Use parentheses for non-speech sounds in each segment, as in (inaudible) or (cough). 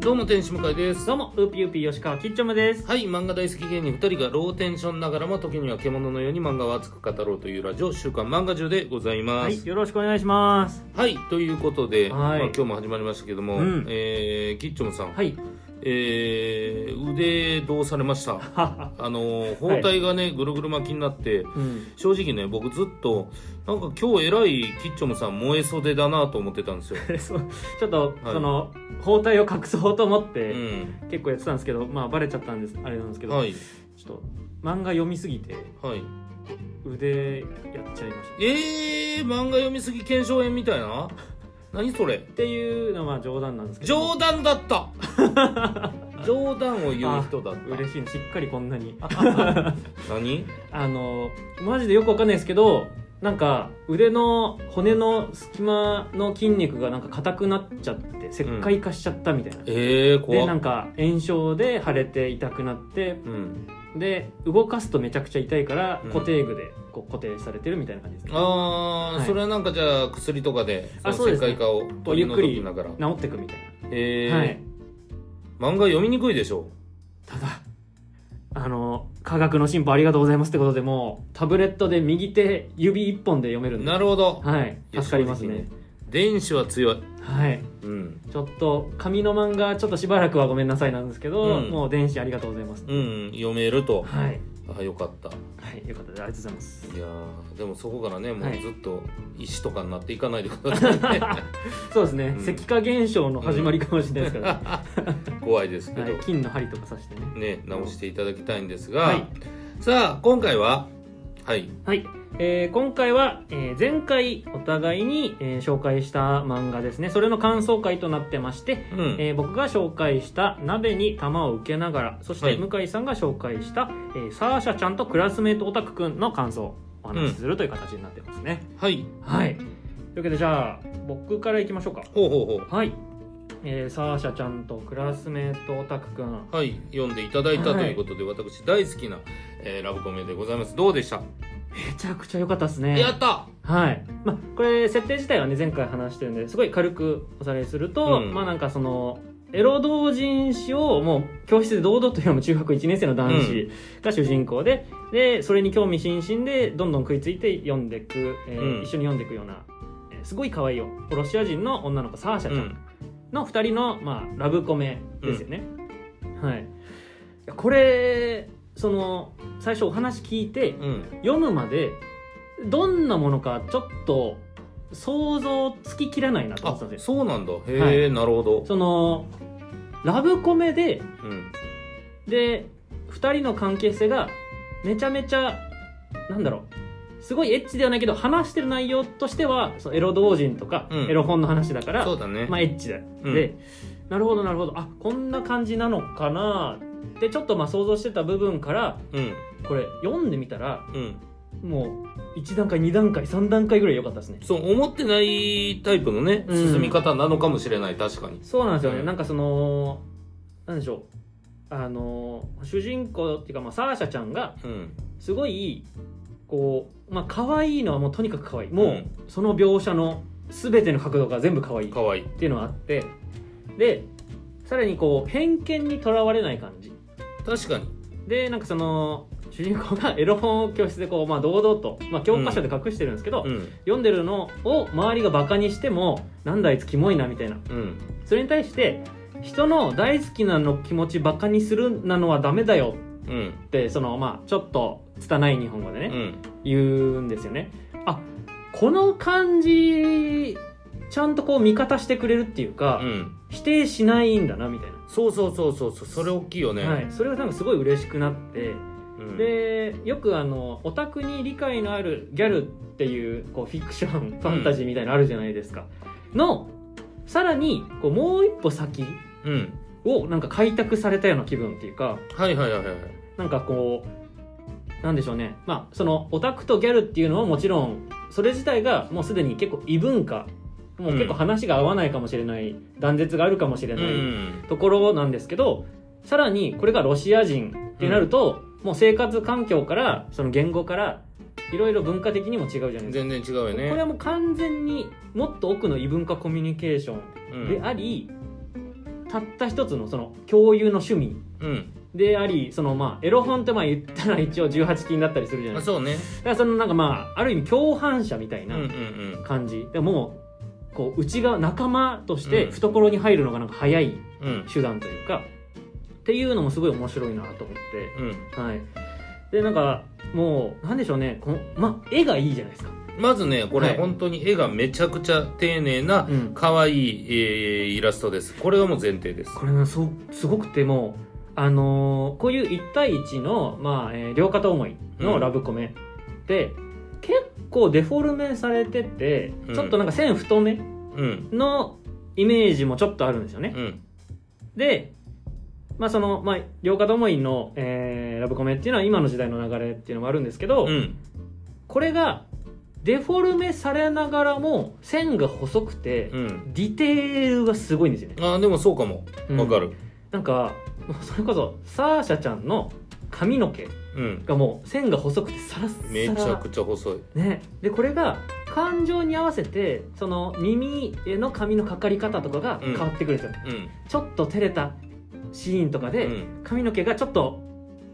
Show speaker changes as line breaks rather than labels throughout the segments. どうも天使向井です
どうも、ウーピーウーピー吉川きっちょむです。
はい漫画大好き芸人2人がローテンションながらも時には獣のように漫画を熱く語ろうというラジオ「週刊漫画中」でございま
はい、
す
よろしくお願いします。
はい、ということで、
はい
まあ、今日も始まりましたけども、
うん
えー、キッチョムさん、
はい。
えー、腕どうされました
は
あのー包帯がね、ぐるぐる巻きになって
うん。
正直ね僕ずっとなんか今日偉いキッチョムさん燃え袖だなと思ってたんですよ、
(laughs) そうちょっと、
はい
その、包帯を隠そうと思っ
う
て、
ん、
結構やってたんですけど、まあ、バレちゃったんです、あれなんですけど、
はい
ちょっと、漫画読みすぎて、
はい
腕やっちゃいました。っ
えー、漫画読みすぎ検証編みたいな何それ
ていうのはまあ冗談なんですけど。
冗談だった冗談を言う人だっ
嬉しいねしっかりこんなに。
た (laughs) 何
あの、マジでよくわかんないですけど、なんか腕の骨の隙間の筋肉がなんか硬くなっちゃって石灰化しちゃったみたいな、
えー、
で
怖
な
っ
んか炎症で腫れて痛くなって
うん、
で動かすとめちゃくちゃ痛いから
うん
固定具でこう固定されてるみたいな感じですね、
あー、
はい
それはなんかじゃあ薬とかで
あ
そ
そう
の
で
世
すね
界化を取り除きながら、
治ってくみたい
え
な、
ー
はい
漫画読みにくいでしょ
ただあの科学の進歩ありがとうございますってことでもうタブレットで右手指一本で読めるんで
なるほど、
はい
いや
助かりますね
正電子は強い
はい
うん
ちょっと紙の漫画ちょっとしばらくはごめんなさいなんですけど、
うん
もう電子ありがとうございます、
うん読めると
はい、
あよかった
はい、よかったですありがとうございます
いやーでもそこからねも
は
う
い
ずっと石とかになっていかないでくださいね、
そうですね、
うん
石化現象の始まりかもしれない (laughs) ですから、ね
怖いですけ
は
ど
い、金の針とか刺してね
ね直していただきたいんですが、
はい、
さあ今回ははい
はいえー今回は、えー前回お互いに、えー紹介した漫画ですねそれの感想会となってまして、
うん、
えー僕が紹介した「鍋に玉を受けながら」そし
は
て
い
向井さんが紹介した、えーサーシャちゃんとクラスメートオタクくんの感想をお話しするという形になってますね、
はい
はいというわけでじゃあ僕からいきましょうか
ほうほうほ
はい、えーサーシャちゃんとクラスメートオタクくん
うはい読んでいただいたと
はい
いうことで、私大好きな、えーラブコメでございますどうでした、
めちゃくちゃ良かったですね
やった
はい、まあ、これ設定自体はね前回話してるんですごい軽くおさらいすると、
うん
まあなんかそのエロ同人誌をもう教室で堂々と読む中学1年生の男子が主人公で,、でそれに興味津々でどんどん食いついて読んでく、えー
うん
一緒に読んでいくような、えーすごい可愛いよロシア人の女の子サーシャ
う
ちゃん
ん
の2人の、まあ、ラブコメですよね、はいいやこれその最初お話聞いて、
うん
読むまでどんなものかちょっと想像つききらないなと思
あ
ってたんですよ
そうなんだへえ、
は
なるほど
そのラブコメで
うん
で2人の関係性がめちゃめちゃなんだろうすごいエッチではないけど話してる内容としてはそのエロ同人とか、
うん
エロ本の話だから
そうだね、
まあエッチだ、
うん
でなるほどなるほどあこんな感じなのかなってちょっとまあ想像してた部分から
うん
これ読んでみたら
うん
もう1段階2段階3段階ぐらい良かったですね
そう思ってないタイプのね
うん
進み方なのかもしれない、確かに
そうなんですよね、
うん
なんかそのなんでしょうあの主人公っていうか、まあ、サーシャちゃんが
うん
すごいこうまあ可愛いのはもうとにかく可愛いもう、
うん
その描写の全ての角度が全部可愛いっ
かわいい
ていうのがあってでさらにこう偏見にとらわれない感じ
確かに
でなんかその主人公がエロ本を教室でこう、まあ、堂々と、まあ、教科書で隠してるんですけど、
うん
読んでるのを周りがバカにしてもなんだあいつキモいなみたいな
うん
それに対して人の大好きなの気持ちバカにするなのはダメだよ
うん
ってそのまあちょっと拙い日本語でね、
うん
言うんですよねあこの感じちゃんとこう味方してくれるっていうか、
うん
否定しないんだなみたいな、
そうそうそうそうそうそれ大きいよね、
はい、それがなんかすごい嬉しくなって、
うん、
でよくあのオタクに理解のあるギャルっていうこうフィクションファンタジーみたいなのあるじゃないですか、のさらにこうもう一歩先
うん、
をなんか開拓されたような気分っていうか
はいはいはいはい
なんかこうなんでしょうねまあそのオタクとギャルっていうのはもちろんそれ自体がもうすでに結構異文化もう結構話が合わないかもしれない、断絶があるかもしれ
う
ない
ん
ところなんですけど、さらにこれがロシア人ってなると、もう生活環境からその言語からいろいろ文化的にも違うじゃないですか。
全然違うよね
これはもう完全にもっと奥の異文化コミュニケーション
うん
であり、たった一つのその共有の趣味
うん
でありそのまあエロ本ってまあ言ったら一応18禁だったりするじゃな
あ
いですか
そうね
だからそのなんかまあある意味共犯者みたい
うん
な
うんうん
感じ、でもうこう内側仲間とし
う
て
ん
懐に入るのがなんか早い
うん
手段というか、っていうのもすごい面白いなと思っ
うん
てはいでなんかもうなんでしょうねこのまあ絵がいいじゃないですか、
まずねこれ、
はい
本当に絵がめちゃくちゃ丁寧な
うん
可愛い、えーイラストですこれはもう前提です
これがそうすごくてもうあのーこういう1対1の、まあえー両片思いのラブコメで、結構デフォルメされてて、
うん
ちょっとなんか線太め
うん
のイメージもちょっとあるんですよね、
うん
で、まあそのまあ、両片思いの、えーラブコメっていうのは今の時代の流れっていうのもあるんですけど、
うん
これがデフォルメされながらも線が細くて、
うん
ディテールがすごいんですよね。
あでもそうかも
うん
わかる
なんかもうそれこそサーシャちゃんの髪の毛
うん、
がもう線が細くてサラッサラ
めちゃくちゃ細い
ね、でこれが感情に合わせてその耳への髪のかかり方とかが変わってくるんですよ、
うん
ちょっと照れたシーンとか
う
で、
ん
髪の毛がちょっと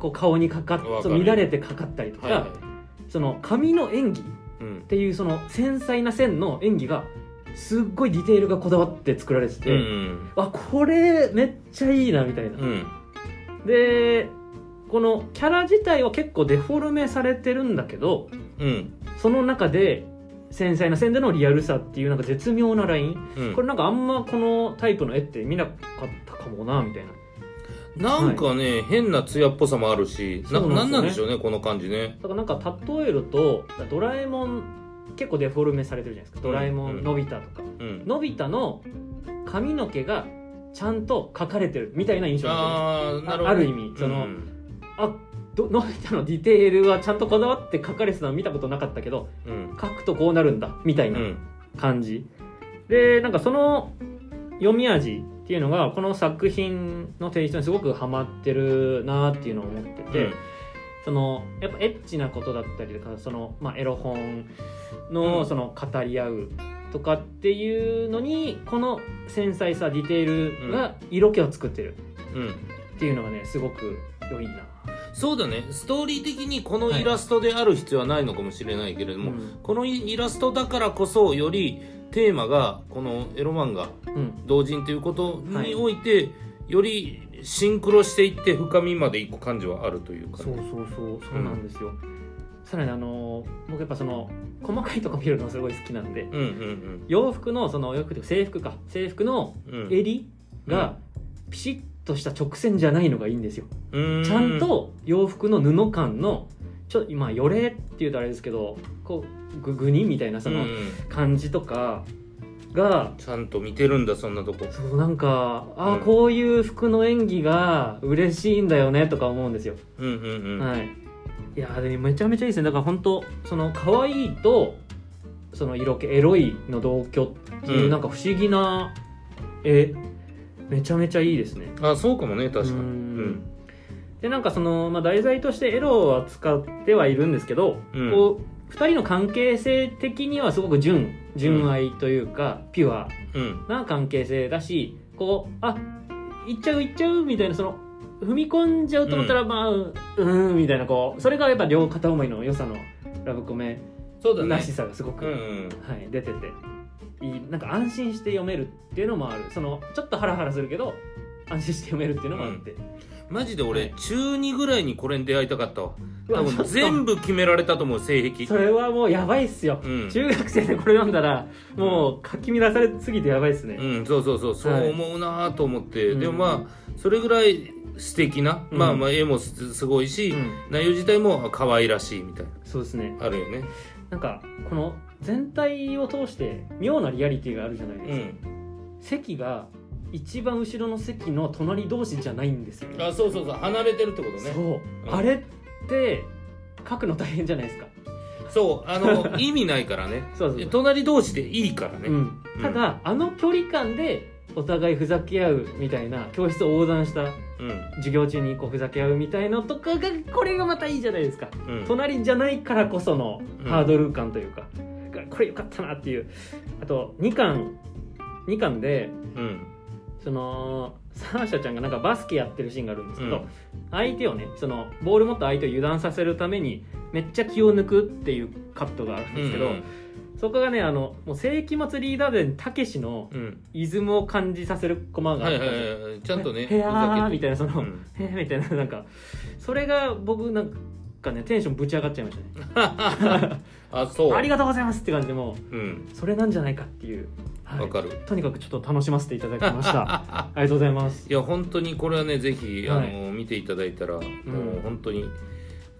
こう顔にかかっ
わかる
そう乱れてかかったりとか、
はいはい
その髪の演技っ
うん
ていうその繊細な線の演技がすっごいディテールがこだわって作られてて、
うん
あこれめっちゃいいなみたいな、
うん
でこのキャラ自体は結構デフォルメされてるんだけど
うん
その中で繊細な線でのリアルさっていうなんか絶妙なライン
うん
これなんかあんまこのタイプの絵って見なかったかもなみたいな
なんかね、変な艶っぽさもあるしな
そう
な
なんんですよね
なんでしょうねこの感じね
だからなんか例えるとドラえもん結構デフォルメされてるじゃないですかドラえも
うん
んのび太とか
うん
のび太の髪の毛がちゃんと描かれてるみたいな印象なん
あー
ですよ
な
ね
るほど
あある意味その、
うん
あどのび太のディテールはちゃんとこだわって描かれてたの見たことなかったけど
うん
描くとこうなるんだみたいうなん感じ、でなんかその読み味っていうのがこの作品のテイストにすごくハマってるなっていうのを思ってて、そのやっぱエッチなことだったりとかその、まあ、エロ本
う
の
ん
その語り合うとかっていうのにこの繊細さディテールが色気を作ってる
うんうん
っていうのがねすごく良いな。
そうだねストーリー的にこのイラストである必要はないのかもしれないけれども、
うん
このイラストだからこそよりテーマがこのエロ漫画
うん
同人ということ
は
に
い
おいて、よりシンクロしていって深みまでいく感じはあるというか、
そうそうそうそうなんですよ、さらにあの僕やっぱその細かいとこ見るのすごい好きなんで
うんうん
洋服のその洋服というか制服か制服の
うんうん
襟がピシッとした直線じゃないのがいいんですよ
うー
ちゃんと洋服の布感のちょ今よれっていうとあれですけどこうググニみたいなそ
うん
の
うん
感じとかが
ちゃんと見てるんだそんなとこ
そうなんかあー、
うん
こういう服の演技が嬉しいんだよねとか思うんですよ、
うんうんうん
はいいやーでもめちゃめちゃいいですねだから本当その可愛いとその色気エロいの同居っていううんなんか不思議な絵、めちゃめちゃいいですね
あそうかもね確かにう
う
んん
でなんかその、まあ、題材としてエロを扱ってはいるんですけど、
うん
こう2人の関係性的にはすごく純純愛というか、ピュア
うん
な関係性だしこうあ行っちゃう行っちゃうみたいなその踏み込んじゃうと思ったら、まあうーんみたいなこうそれがやっぱ両片思いの良さのラブコメ
そうだね
らしさがすご
う
く、
んうん
はい、出てていいなんか安心して読めるっていうのもあるそのちょっとハラハラするけど安心して読めるっていうのもあって、
マジで俺、
はい
中2ぐらいにこれに出会いたかったわ
うわ
多分全部決められたと思う性癖
それはもうやばいっすよ、
うん
中学生でこれ読んだらもうかき乱されすぎてやばいっすね、
うん、そうそうそうそう思うなと思って、
うん
でもまあそれぐらい素敵な、
うん
まあまあ絵もすすごいし、
うん
内容自体も可愛らしいみたい
そうですね
なあるよね
なんかこの全体を通して妙なリアリティがあるじゃないうですか、
ん
席が一番後ろの席の隣同士じゃないんですよ、
あそうそうそう離れてるってこと
そう、
ねうん
あれって書くの大変じゃないですか
そうあの (laughs) 意味ないからね
そうそうそう
隣同士でいいからね、
うん、ただ、あの距離感でお互いふざけ合うみたいな教室を横断した
うん
授業中にこうふざけ合うみたいのとかがこれがまたいいじゃないですか
うん
隣じゃないからこその
うん
ハードル感というか、がこれよかったなっていうあと2巻2巻で
うん
そのサーシャちゃんがなんかバスケやってるシーンがあるんですけど、
うん
相手をねそのボール持った相手を油断させるためにめっちゃ気を抜くっていうカットがあるんですけど、
うん
そこがねあのもう世紀末リーダー伝たけしの
うん
イズムを感じさせるコマがあ
はい
ったん
は
ですよ
いはいちゃんとね
へやーみたいなその、
うん
へーみたいななんかそれが僕なんかねテンションぶち上がっちゃいました
(laughs)
ね
(laughs) あそう
ありがとうございますって感じでも
うん
うそれなんじゃないかっていう、はい
わかる
とにかくちょっと楽しませていただきました (laughs) ありがとうございます
いや本当にこれはねぜひ、
はい
あの見ていただいたら、も
ん
う本当に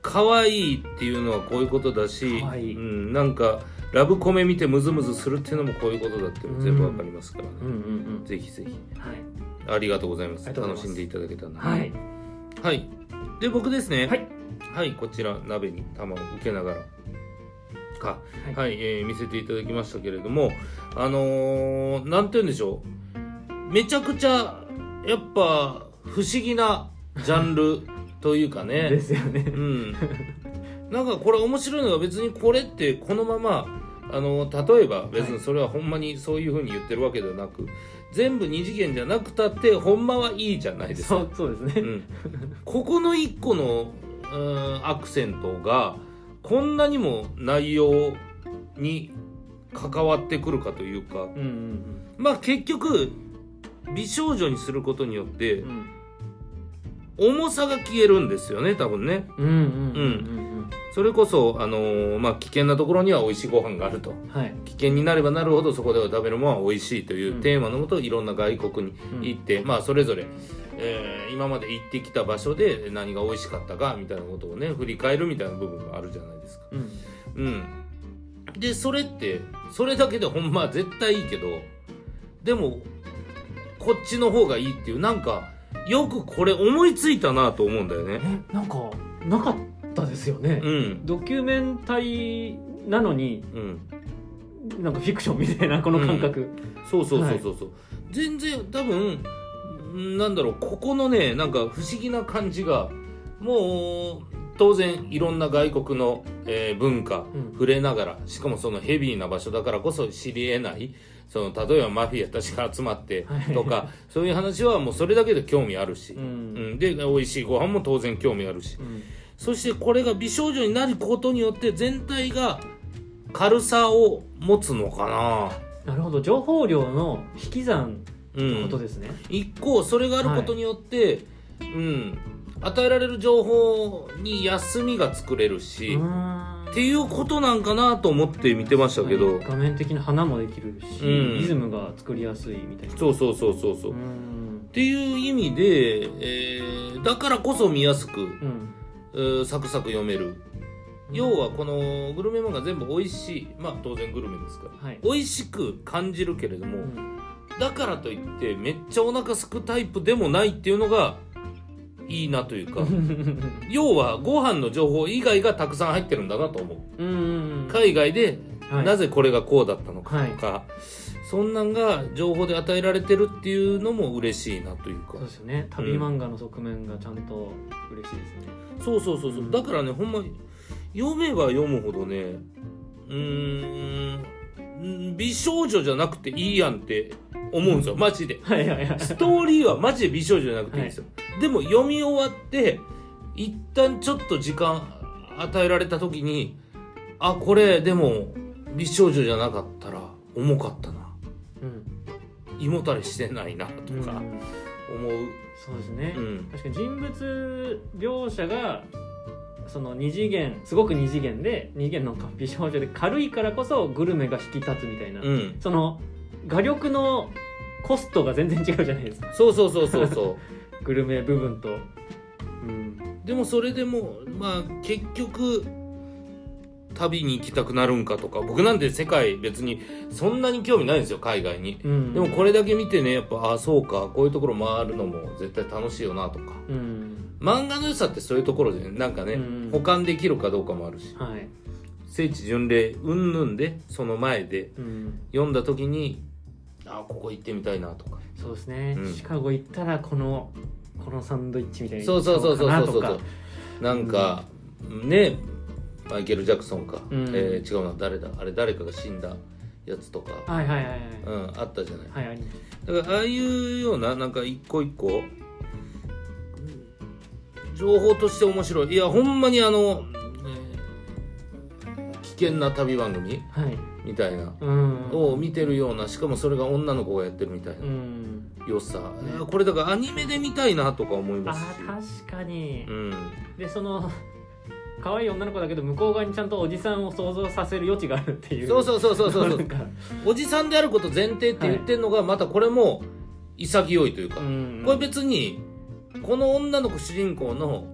可愛いっていうのはこういうことだし
可愛い
うん、なんかラブコメ見てムズムズするっていうのもこういうことだっていうの全部わかりますからね、
うんうんうん
ぜひぜひ
はい
ありがとうございます
ありがとうご
楽
ざい
し
ます
んでいただけたな
はい、
はい、で僕ですね
はい、
はいこちら鍋に玉を受けながらか
は
は
い
い、えー見せていただきましたけれどもあのー、なんて言うんでしょうめちゃくちゃやっぱ不思議なジャン
(laughs)
ルというか
で
ね
すよね
うんなんかこれ面白いのが別にこれってこのままあのー例えば別にそれはほんまにそういうふうに言ってるわけではなく、全部二次元じゃなくたってほんまはいいじゃないですか
そうそうですね、
うんここの一個のうんアクセントがこんなにも内容に関わってくるかというか
うん、うん
まあ結局美少女にすることによって
うんうん
重さが消えるんですよね多分ね
うんうんうん
それこそあのーまあ危険なところには美味しいご飯があると
うんはい
危険になればなるほどそこでは食べるものは美味しいというテーマのもといろんな外国に行って、まあそれぞれ、えー今まで行ってきた場所で何が美味しかったかみたいなことをね振り返るみたいな部分があるじゃないですか。
うん
うん、でそれってそれだけでほんまは絶対いいけどでもこっちの方がいいっていうなんかよくこれ思いついたなと思うんだよね。
えなんかなかったですよね、
うん、
ドキュメンタリーなのに
うん
なんかフィクションみたいなこの感覚、
そうそうそうそうそう、全然多分んなんだろうここのねなんか不思議な感じがもう当然いろんな外国の、えー文化
うん
触れながらしかもそのヘビーな場所だからこそ知り得ないその例えばマフィアたちが集まって
はい
とかそういう話はもうそれだけで興味あるし、
うん
うんで美味しいご飯も当然興味あるし
うん
そしてこれが美少女になることによって全体が軽さを持つのかな。
なるほど情報量の引き算
う
の
ん、
ことですね、
一個それがあることによって、うん与えられる情報に休みが作れるし、
う
っ
ーん
ていうことなんかなと思って見てましたけど、
画面的に花もできるし、
うん
リズムが作りやすいみたいな
そうそうそうそうそう
う
っ
ん
ていう意味で、えーだからこそ見やすく、
うん
えーサクサク読める、要はこのグルメ漫画全部美味しいまあ当然グルメですから
はい、
美味しく感じるけれども、
うん
だからといってめっちゃお腹すくタイプでもないっていうのがいいなと (laughs) いうか
(laughs)
要はご飯の情報以外がたくさん入ってるんだなと思う
うん
海外で
はい
なぜこれがこうだったのか
はい
とか、そんなんが情報で与えられてるっていうのも嬉しいなというか
そうですよね旅漫画の側面がちゃんと嬉しいですね、
そうそうそうそう、
うん
だからねほんま読めば読むほどねうーん美少女じゃなくていいやんって思うんですよマジで
はいはいはい
ストーリーはマジで美少女じゃなくていいんですよ、でも読み終わって一旦ちょっと時間与えられた時にあこれでも美少女じゃなかったら重かったな
うん
胃もたれしてないなと
うん
か思う
そうですね、
うん
確かに人物描写がその二次元すごく二次元で二次元の美少女で軽いからこそグルメが引き立つみたいな、
うん
その画力のコストが全然違うじゃないですか
そうそうそうそうそ
グルメ部分と、うん、
う (laughs) でもそれでもまあ結局旅に行きたくなるんかとか僕なんて世界別にそんなに興味ないんですよ海外に
うん
でもこれだけ見てねやっぱあそうかこういうところ回るのも絶対楽しいよなとか
うん
漫画の良さってそういうところでねなんかね、
うん
保管できるかどうかもあるし
はい、
聖地巡礼うんぬんでその前で
うん、
読んだ時にあここ行ってみたいなとか
そうですね、
うん
シカゴ行ったらこのこのサンドイッチみたいな
そうそうそうそうそうそう
かな
そ
とか
うなんか、ねマイケル・ジャクソンか、
うん
えー違うな誰だあれ誰かが死んだやつとか、
はいはいはいはい
うん、あったじゃない
はいありま
だからああいうようななんか一個一個情報として面白いいやほんまにあの、えー危険な旅番組
すはい
みたいな
うん
を見てるようなしかもそれが女の子がやってるみたいな
うん
良さ、いやこれだからアニメで見たいなとか思い
あ
ますし
ー確かに
う、ん
でその (laughs) 可愛い女の子だけど向こう側にちゃんとおじさんを想像させる余地があるっていう
そうそうそうそうそう
(laughs) なんか
おじさんであること前提って言ってるのがまたこれも潔いというか、
うん
これ別にこの女の子主人公の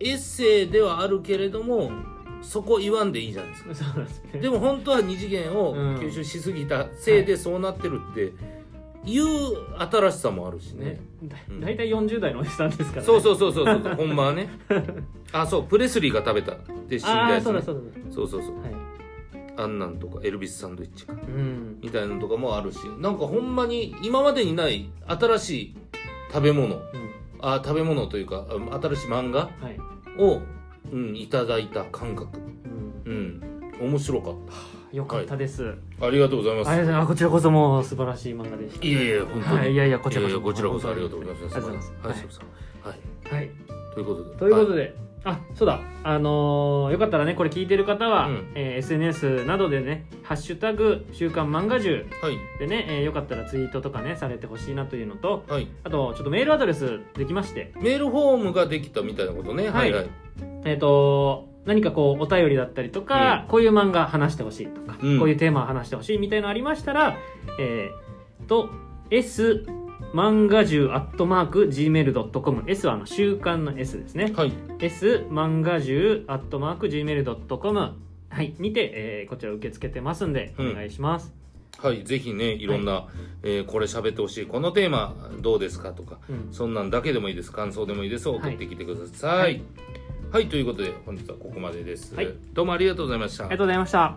エッセイではあるけれどもそこ言わんでいいじゃないですか
そうなんですね
でも本当は二次元を
うん
吸収しすぎたせいでそうなってるっていう新しさもあるしね
ね、だ
うん
大体40代のおじさんですから、ね、
そう
う
そうそうそうそうほんまはね (laughs) あそうプレスリーが食べたって死ん
あ
だ
あ
やつ、
そう
ね
だ、そうだ
そうそうそう
はい
あんなんとかエルビスサンドイッチか
うん
みたいなのとかもあるしなんかほんまに今までにない新しい食べ物
うん
あ食べ物というかうん新しい漫画
はい、
を、うん、いただいた感覚
うん、
うん面白かっ
よかったです、
たありがとうございま
ありがとうございますこちらこそもう素晴らしい漫画でした
いやいや本当に、
はいいやいやこちらこそ
いやいやこちらこそありがとうございます
ありがとうございます
はいそうそうはい
はい
ということで
ということ
は
で、あそうだあのーよかったらねこれ聞いてる方は、
うん
えー SNS などでね「ハッシュタグ週刊漫画中
はい」
でね、えーよかったらツイートとかねされてほしいなというのと
はい
あとちょっとメールアドレスできまして
メールフォームができたみたいなことねは
はいい
はい
えっ、と何かこうお便りだったりとか、こういう漫画話してほしいとか、
うん
こういうテーマを話してほしいみたいなのありましたらえー、と S 漫画中アットマーク gmail.com S はあの週刊の S ですね
はい
S 漫画10アットマーク Gmail.com はいにて、えーこちら受け付けてますんでお
うん
願いします、
はいぜひねいろんな、えーこれ喋ってほしいこのテーマどうですかとか
うん
そんなんだけでもいいです感想でもいいです送ってきてください、はい
はい
ということで本日はここまでです、
はい
どうもありがとうございました
ありがとうございました